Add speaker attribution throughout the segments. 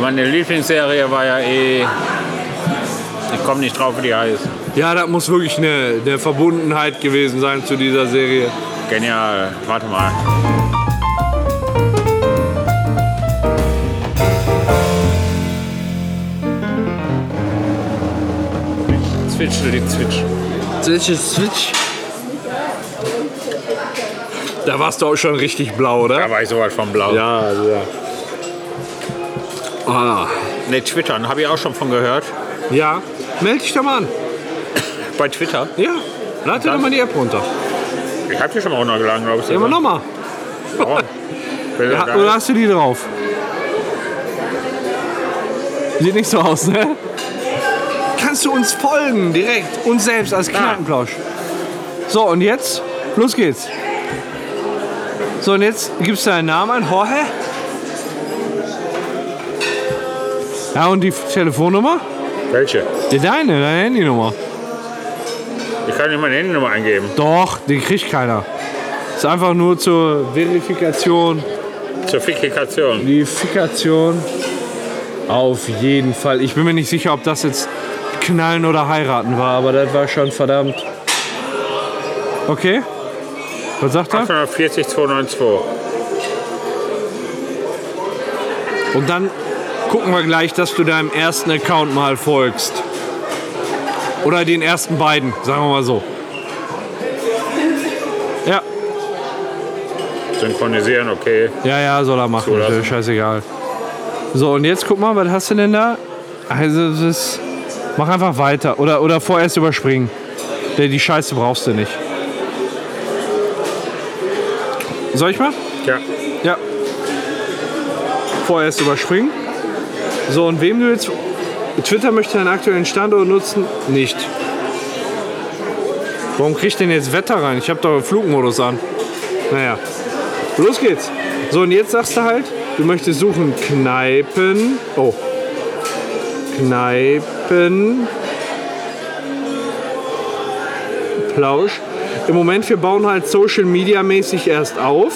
Speaker 1: Meine Lieblingsserie war ja eh. Ich komme nicht drauf, wie die heißt.
Speaker 2: Ja, das muss wirklich eine, eine Verbundenheit gewesen sein zu dieser Serie.
Speaker 1: Genial. Warte mal. Zwitschel, die Zwitsch.
Speaker 2: Switch ist Switch. Da warst du auch schon richtig blau,
Speaker 1: Da
Speaker 2: oder?
Speaker 1: war ich sowas von blau.
Speaker 2: Ja, also ja. Ah.
Speaker 1: Ne, Twittern, habe ich auch schon von gehört.
Speaker 2: Ja, melde dich doch mal an.
Speaker 1: Bei Twitter?
Speaker 2: Ja, lade dir doch mal die App runter.
Speaker 1: Ich habe die schon mal runtergeladen, glaube ich.
Speaker 2: Ja, aber nochmal.
Speaker 1: Warum? Will
Speaker 2: Ja,
Speaker 1: ja,
Speaker 2: oder hast du die drauf? Sieht nicht so aus, ne? Kannst du uns folgen direkt, uns selbst als Kneipenplausch. So, und jetzt, los geht's. So, und jetzt gibst du deinen Namen ein, Jorge. Ja, und die Telefonnummer?
Speaker 1: Welche?
Speaker 2: Ja, deine, deine Handynummer.
Speaker 1: Ich kann nicht meine Handynummer eingeben.
Speaker 2: Doch, den kriegt keiner. Ist einfach nur zur Verifikation
Speaker 1: Zur Fikation.
Speaker 2: Die Fikation. Auf jeden Fall. Ich bin mir nicht sicher, ob das jetzt knallen oder heiraten war, aber das war schon verdammt. Okay? Was sagt er?
Speaker 1: 840 292.
Speaker 2: Und dann gucken wir gleich, dass du deinem ersten Account mal folgst. Oder den ersten beiden, sagen wir mal so. Ja,
Speaker 1: Synchronisieren, okay.
Speaker 2: ja, ja, soll er machen.
Speaker 1: Zulassen.
Speaker 2: ist ja Scheißegal. So, und jetzt guck mal, was hast du denn da? Also, es ist. Mach einfach weiter. Oder, oder vorerst überspringen. Denn die Scheiße brauchst du nicht. Soll ich mal?
Speaker 1: Ja.
Speaker 2: Ja. Vorerst überspringen. So, und wem du jetzt. Twitter möchte deinen aktuellen Standort nutzen? Nicht. Warum krieg ich denn jetzt Wetter rein? Ich habe doch Flugmodus an. Naja. Los geht's. So, und jetzt sagst du halt, du möchtest suchen Kneipen. Oh. Kneipen. Plausch. Im Moment, wir bauen halt Social Media mäßig erst auf.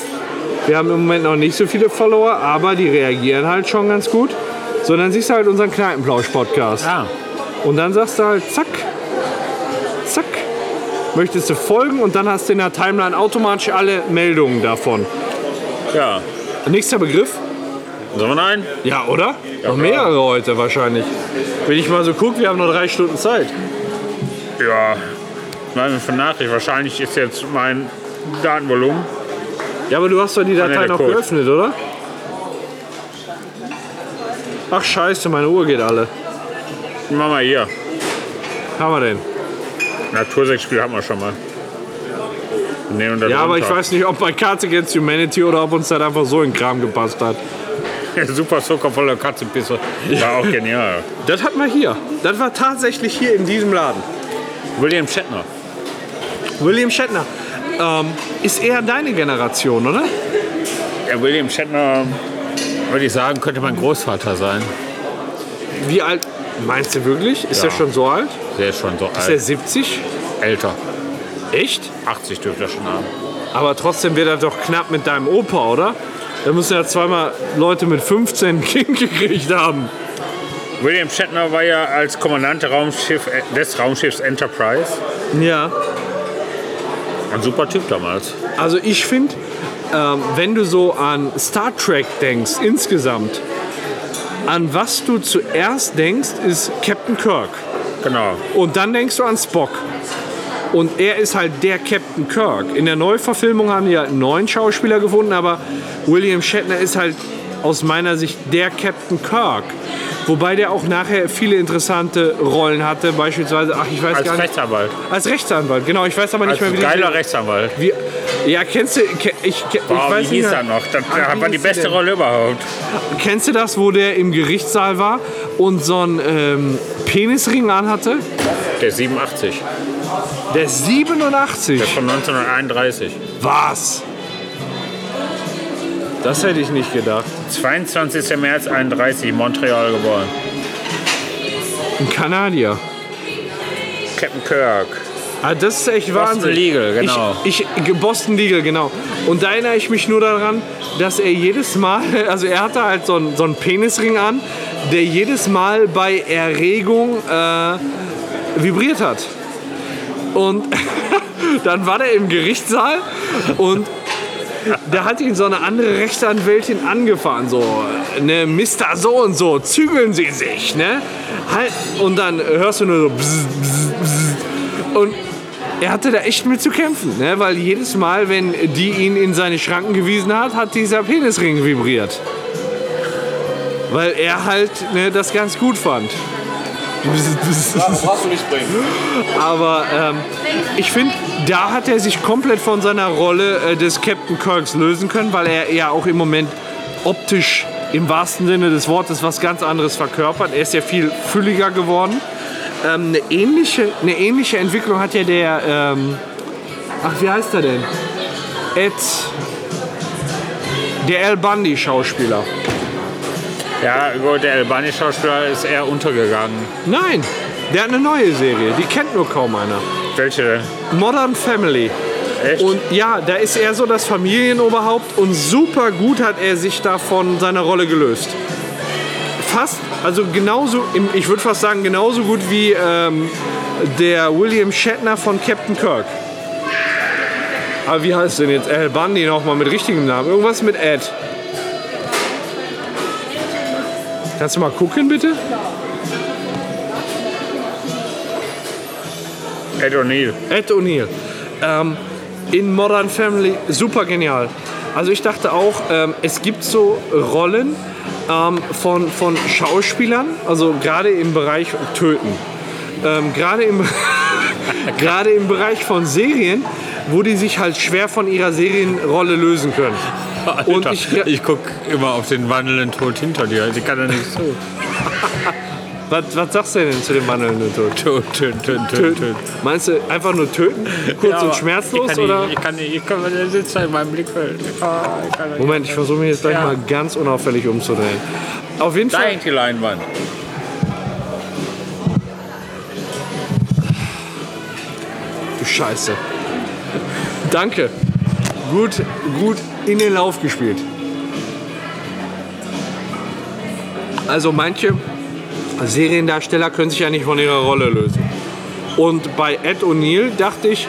Speaker 2: Wir haben im Moment noch nicht so viele Follower, aber die reagieren halt schon ganz gut. So, dann siehst du halt unseren Kneipenplausch-Podcast.
Speaker 1: Ah,
Speaker 2: Und dann sagst du halt, zack, zack, möchtest du folgen und dann hast du in der Timeline automatisch alle Meldungen davon.
Speaker 1: ja.
Speaker 2: Nächster Begriff?
Speaker 1: Sollen wir nein?
Speaker 2: Ja, oder? noch
Speaker 1: klar.
Speaker 2: mehrere heute wahrscheinlich. Wenn ich mal so gucke, wir haben noch drei Stunden Zeit.
Speaker 1: Ja. Nein, für Nachricht. Wahrscheinlich ist jetzt mein Datenvolumen.
Speaker 2: Ja, aber du hast doch die Datei
Speaker 1: der
Speaker 2: noch
Speaker 1: Code.
Speaker 2: geöffnet, oder? Ach scheiße, meine Uhr geht alle.
Speaker 1: Machen wir hier.
Speaker 2: Haben wir denn?
Speaker 1: Natursechsspiel haben wir schon mal. Wir Nehmen das
Speaker 2: Ja, aber ich
Speaker 1: runter.
Speaker 2: weiß nicht, ob bei Cards Against Humanity oder ob uns das einfach so in den Kram gepasst hat.
Speaker 1: Super Zucker voller Katzenpisse. War auch genial.
Speaker 2: Das hatten wir hier. Das war tatsächlich hier in diesem Laden.
Speaker 1: William Shatner.
Speaker 2: William Shatner. Ähm, ist eher deine Generation, oder?
Speaker 1: Ja, William Shatner, würde ich sagen, könnte mein Großvater sein.
Speaker 2: Wie alt? Meinst du wirklich? Ist
Speaker 1: Ja.
Speaker 2: er schon so alt?
Speaker 1: Der ist schon so
Speaker 2: Ist er
Speaker 1: alt.
Speaker 2: 70?
Speaker 1: Älter.
Speaker 2: Echt?
Speaker 1: 80 dürfte er schon haben.
Speaker 2: Aber trotzdem wird er doch knapp mit deinem Opa, oder? Da müssen ja zweimal Leute mit 15 ein Kind gekriegt haben.
Speaker 1: William Shatner war ja als Kommandant der Raumschiff, äh, des Raumschiffs Enterprise
Speaker 2: Ja.
Speaker 1: ein super Typ damals.
Speaker 2: Also ich finde, ähm, wenn du so an Star Trek denkst, insgesamt, an was du zuerst denkst, ist Captain Kirk.
Speaker 1: Genau.
Speaker 2: Und dann denkst du an Spock. Und er ist halt der Captain Kirk. In der Neuverfilmung haben die halt einen neuen Schauspieler gefunden, aber William Shatner ist halt aus meiner Sicht der Captain Kirk. Wobei der auch nachher viele interessante Rollen hatte, beispielsweise, ach, ich weiß
Speaker 1: Als
Speaker 2: gar nicht.
Speaker 1: Rechtsanwalt.
Speaker 2: als Rechtsanwalt, genau, ich weiß aber nicht
Speaker 1: Als
Speaker 2: mehr, wie die-
Speaker 1: geiler Rechtsanwalt.
Speaker 2: wie, ja, kennst du, ke- ich, ke- ich
Speaker 1: Wow, wie
Speaker 2: weiß nicht
Speaker 1: hieß
Speaker 2: mehr.
Speaker 1: er noch? Dann
Speaker 2: Ach, wie
Speaker 1: haben wir die
Speaker 2: hieß der
Speaker 1: beste
Speaker 2: denn?
Speaker 1: Rolle überhaupt.
Speaker 2: Kennst du das, wo der im Gerichtssaal war und so einen ähm, Penisring anhatte?
Speaker 1: Der ist 87.
Speaker 2: Der
Speaker 1: Der
Speaker 2: 87.
Speaker 1: ist von 1931.
Speaker 2: Was? Das hätte ich nicht gedacht.
Speaker 1: 22. März 31, Montreal geboren.
Speaker 2: Ein Kanadier.
Speaker 1: Captain Kirk.
Speaker 2: Ah, das ist echt Wahnsinn.
Speaker 1: Legal, genau.
Speaker 2: Ich, ich, Boston Legal, genau. Und da erinnere ich mich nur daran, dass er jedes Mal, also er hatte halt so einen, so einen Penisring an, der jedes Mal bei Erregung äh, vibriert hat. Und dann war der im Gerichtssaal und da hat ihn so eine andere Rechtsanwältin angefahren, so, ne, Mister so und so, zügeln Sie sich, ne? Halt, und dann hörst du nur so, bzz, bzz, bzz. und er hatte da echt mit zu kämpfen, ne? weil jedes Mal, wenn die ihn in seine Schranken gewiesen hat, hat dieser Penisring vibriert. Weil er halt ne, das ganz gut fand.
Speaker 3: Das brauchst du nicht bringen.
Speaker 2: Aber ähm, ich finde, da hat er sich komplett von seiner Rolle äh, des Captain Kirks lösen können, weil er ja auch im Moment optisch im wahrsten Sinne des Wortes was ganz anderes verkörpert. Er ist ja viel fülliger geworden. Ähm, eine, ähnliche, eine ähnliche Entwicklung hat ja der, ähm, ach wie heißt er denn? Ed, der Al Bundy Schauspieler.
Speaker 1: Ja, gut, der albanische Schauspieler ist eher untergegangen.
Speaker 2: Nein, der hat eine neue Serie, die kennt nur kaum einer.
Speaker 1: Welche denn?
Speaker 2: Modern Family.
Speaker 1: Echt?
Speaker 2: Und ja, da ist er so das Familienoberhaupt und super gut hat er sich da von seiner Rolle gelöst. Fast, also genauso, im- ich würde fast sagen, genauso gut wie ähm, der William Shatner von Captain Kirk. Aber wie heißt denn jetzt Al Bundy nochmal mit richtigem Namen? Irgendwas mit Ed. Kannst du mal gucken, bitte?
Speaker 1: Ed O'Neill.
Speaker 2: Ed O'Neill. Ähm, in Modern Family super genial. Also ich dachte auch, ähm, es gibt so Rollen ähm, von, von Schauspielern, also gerade im Bereich Töten, ähm, gerade im, gerade im Bereich von Serien, wo die sich halt schwer von ihrer Serienrolle lösen können. Und
Speaker 1: Alter,
Speaker 2: ich,
Speaker 1: guck immer auf den wandelnden Tod hinter dir. Ich kann da nichts zu.
Speaker 2: was, was sagst du denn zu dem wandelnden Tod?
Speaker 1: Tön, tön, tön, tön,
Speaker 2: Töten.
Speaker 1: tön.
Speaker 2: Meinst du einfach nur töten, kurz
Speaker 1: Ja,
Speaker 2: und
Speaker 1: aber
Speaker 2: schmerzlos?
Speaker 1: ich kann
Speaker 2: oder?
Speaker 1: Nicht, ich kann nicht, ich kann, der sitzt da in meinem Blickfeld. Ich kann, ich kann
Speaker 2: Moment, ich versuche mich jetzt gleich
Speaker 1: Ja.
Speaker 2: mal ganz unauffällig umzudrehen. Auf jeden Fall.
Speaker 3: die Leinwand.
Speaker 2: Du Scheiße. Danke. Gut, gut in den Lauf gespielt. Also manche Seriendarsteller können sich ja nicht von ihrer Rolle lösen. Und bei Ed O'Neill dachte ich,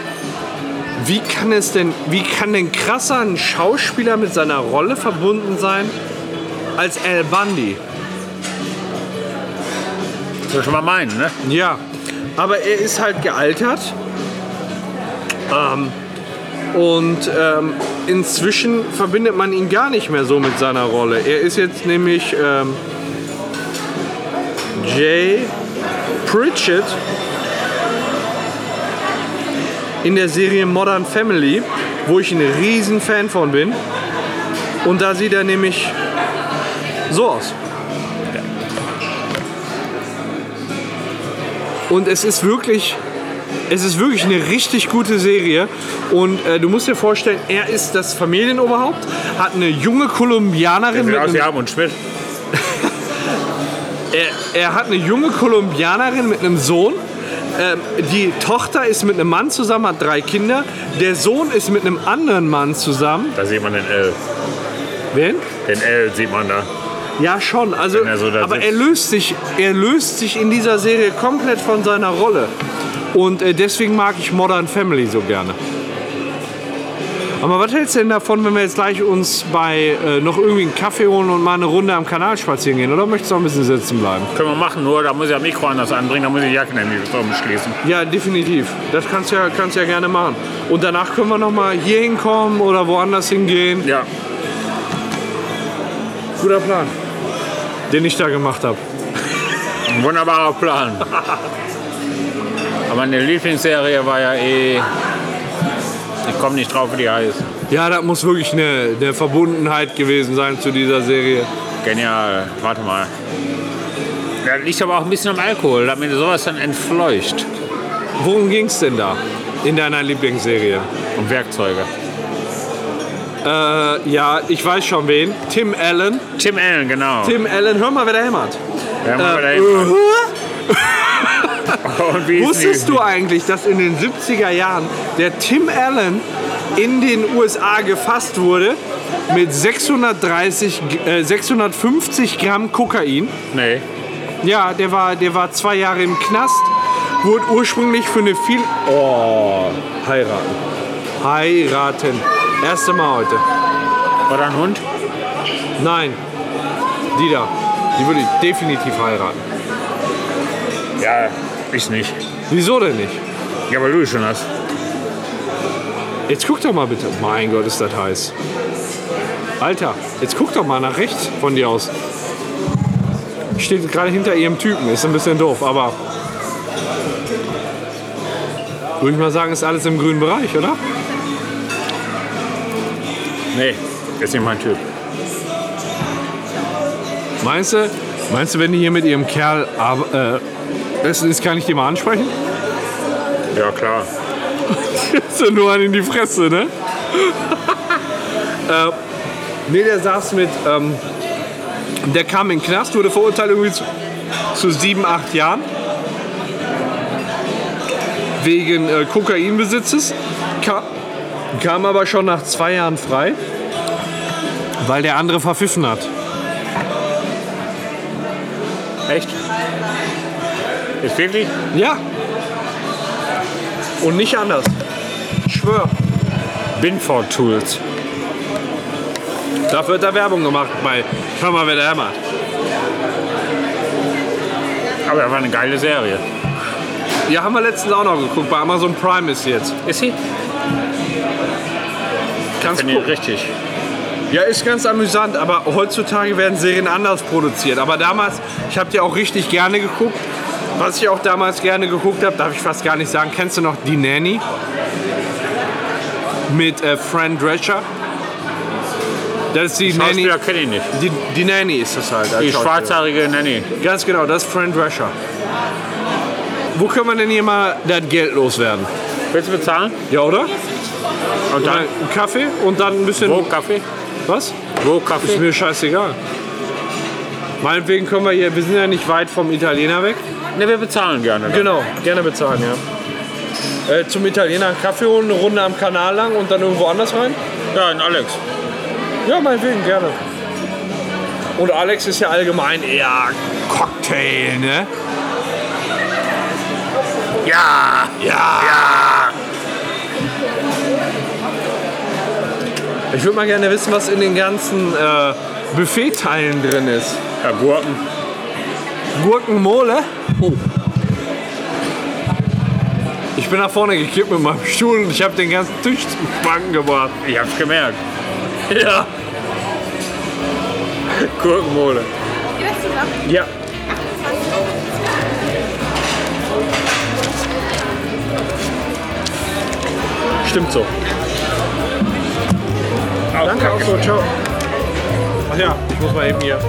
Speaker 2: wie kann es denn, wie kann denn krasser ein Schauspieler mit seiner Rolle verbunden sein als Al Bundy?
Speaker 1: Das soll schon mal meinen, ne?
Speaker 2: Ja, aber er ist halt gealtert. Ähm, und ähm, inzwischen verbindet man ihn gar nicht mehr so mit seiner Rolle. Er ist jetzt nämlich ähm, Jay Pritchett in der Serie Modern Family, wo ich ein riesen Fan von bin. Und da sieht er nämlich so aus. Und es ist wirklich, es ist wirklich eine richtig gute Serie. Und äh, du musst dir vorstellen, er ist das Familienoberhaupt, hat eine junge Kolumbianerin
Speaker 1: Sieht
Speaker 2: mit
Speaker 1: aus
Speaker 2: einem
Speaker 1: wie Arm und Schmidt.
Speaker 2: er, er hat eine junge Kolumbianerin mit einem Sohn. Ähm, die Tochter ist mit einem Mann zusammen, hat drei Kinder. Der Sohn ist mit einem anderen Mann zusammen.
Speaker 1: Da sieht man den L.
Speaker 2: Wen?
Speaker 1: Den L sieht man da.
Speaker 2: Ja, schon. Also,
Speaker 1: Wenn er so da
Speaker 2: aber
Speaker 1: sitzt.
Speaker 2: er löst, sich, er löst sich in dieser Serie komplett von seiner Rolle. Und äh, deswegen mag ich Modern Family so gerne. Aber was hältst du denn davon, wenn wir jetzt gleich uns bei äh, noch irgendwie einen Kaffee holen und mal eine Runde am Kanal spazieren gehen? Oder möchtest du noch ein bisschen sitzen bleiben?
Speaker 1: Können wir machen, nur da muss ich das Mikro anders anbringen, da muss ich die Jacke nämlich drum schließen.
Speaker 2: Ja, definitiv. Das kannst du ja, kannst ja gerne machen. Und danach können wir nochmal hier hinkommen oder woanders hingehen.
Speaker 1: Ja,
Speaker 2: Guter Plan. Den ich da gemacht habe.
Speaker 1: ein wunderbarer Plan. Aber meine Lieblingsserie war ja eh. Ich komme nicht drauf, wie die heißt.
Speaker 2: Ja, das muss wirklich eine, eine Verbundenheit gewesen sein zu dieser Serie.
Speaker 1: Genial. Warte mal. Da liegt aber auch ein bisschen am Alkohol, damit sowas dann entfleucht.
Speaker 2: Worum ging's denn da in deiner Lieblingsserie?
Speaker 1: Und Werkzeuge.
Speaker 2: Äh, ja, ich weiß schon wen. Tim Allen.
Speaker 1: Tim Allen, genau.
Speaker 2: Tim Allen, hör mal, wer da hämmert.
Speaker 1: Ja, machen wir da
Speaker 2: Äh,
Speaker 1: eben.
Speaker 2: äh,
Speaker 1: Und wie ist
Speaker 2: wusstest
Speaker 1: die-
Speaker 2: du eigentlich, dass in den 70er Jahren der Tim Allen in den USA gefasst wurde mit 630, äh, 650 Gramm Kokain.
Speaker 1: Nee.
Speaker 2: Ja, der war, der war zwei Jahre im Knast, wurde ursprünglich für eine viel... Oh, heiraten. Heiraten. Erste Mal heute.
Speaker 1: War da ein Hund?
Speaker 2: Nein, die da, die würde ich definitiv heiraten.
Speaker 1: Ja, ich nicht.
Speaker 2: Wieso denn nicht?
Speaker 1: Ja, weil du es schon hast.
Speaker 2: Jetzt guck doch mal bitte. Mein Gott, ist das heiß. Alter, jetzt guck doch mal nach rechts von dir aus. Steht gerade hinter ihrem Typen, ist ein bisschen doof, aber. Würde ich mal sagen, ist alles im grünen Bereich, oder?
Speaker 1: Nee, ist nicht mein Typ.
Speaker 2: Meinst du, meinst du wenn die hier mit ihrem Kerl ab- äh, essen ist, kann ich die mal ansprechen?
Speaker 1: Ja, klar.
Speaker 2: Jetzt nur einen in die Fresse, ne? äh, nee, der saß mit. Ähm, der kam in den Knast, wurde verurteilt irgendwie zu, zu sieben, acht Jahren. Wegen äh, Kokainbesitzes. Ka kam aber schon nach zwei Jahren frei, weil der andere verpfiffen hat.
Speaker 1: Echt? Ist wirklich?
Speaker 2: Ja. Und nicht anders. Ich schwör.
Speaker 1: Binford Tools.
Speaker 2: Dafür wird da Werbung gemacht bei Schau mal, wer der hämmert.
Speaker 1: Aber das war eine geile Serie.
Speaker 2: Ja, haben wir letztens auch noch geguckt. Bei Amazon Prime ist sie jetzt.
Speaker 1: Ist sie?
Speaker 2: Kannst
Speaker 1: Finde ich
Speaker 2: gucken.
Speaker 1: richtig.
Speaker 2: Ja, ist ganz amüsant, aber heutzutage werden Serien anders produziert. Aber damals, ich habe die auch richtig gerne geguckt. Was ich auch damals gerne geguckt habe, darf ich fast gar nicht sagen. Kennst du noch Die Nanny? Mit äh, Fran Drescher. Das ist die Nanny.
Speaker 1: Schauspieler kenne ich nicht.
Speaker 2: Die, die Nanny ist das halt. als
Speaker 1: Die
Speaker 2: Schauspieler.
Speaker 1: schwarzhaarige Nanny.
Speaker 2: Ganz genau, das ist Fran Drescher. Wo können wir denn hier mal das Geld loswerden?
Speaker 1: Willst du bezahlen?
Speaker 2: Ja, oder?
Speaker 1: Und
Speaker 2: Dann
Speaker 1: dann?
Speaker 2: einen Kaffee und dann ein bisschen.
Speaker 1: Wo Kaffee?
Speaker 2: Was?
Speaker 1: Wo
Speaker 2: Ist
Speaker 1: Kaffee?
Speaker 2: mir scheißegal. Meinetwegen können wir hier, wir sind ja nicht weit vom Italiener weg.
Speaker 1: Ne, wir bezahlen gerne. dann.
Speaker 2: Genau, gerne bezahlen, ja. Äh, zum Italiener einen Kaffee holen, eine Runde am Kanal lang und dann irgendwo anders rein?
Speaker 1: Ja, und Alex.
Speaker 2: Ja, meinetwegen, gerne. Und Alex ist ja allgemein eher Cocktail, ne?
Speaker 1: Ja!
Speaker 2: Ich würde mal gerne wissen, was in den ganzen äh, Buffetteilen drin ist.
Speaker 1: Ja, Gurken.
Speaker 2: Gurkenmole. Ich bin nach vorne gekippt mit meinem Stuhl und ich habe den ganzen Tisch zum Schwanken gebracht.
Speaker 1: Ich hab's gemerkt.
Speaker 2: Ja.
Speaker 1: Gurkenmole.
Speaker 2: Ja. Stimmt so.
Speaker 1: Auch
Speaker 2: Danke auch so, ciao. Ach ja, ich muss mal eben hier.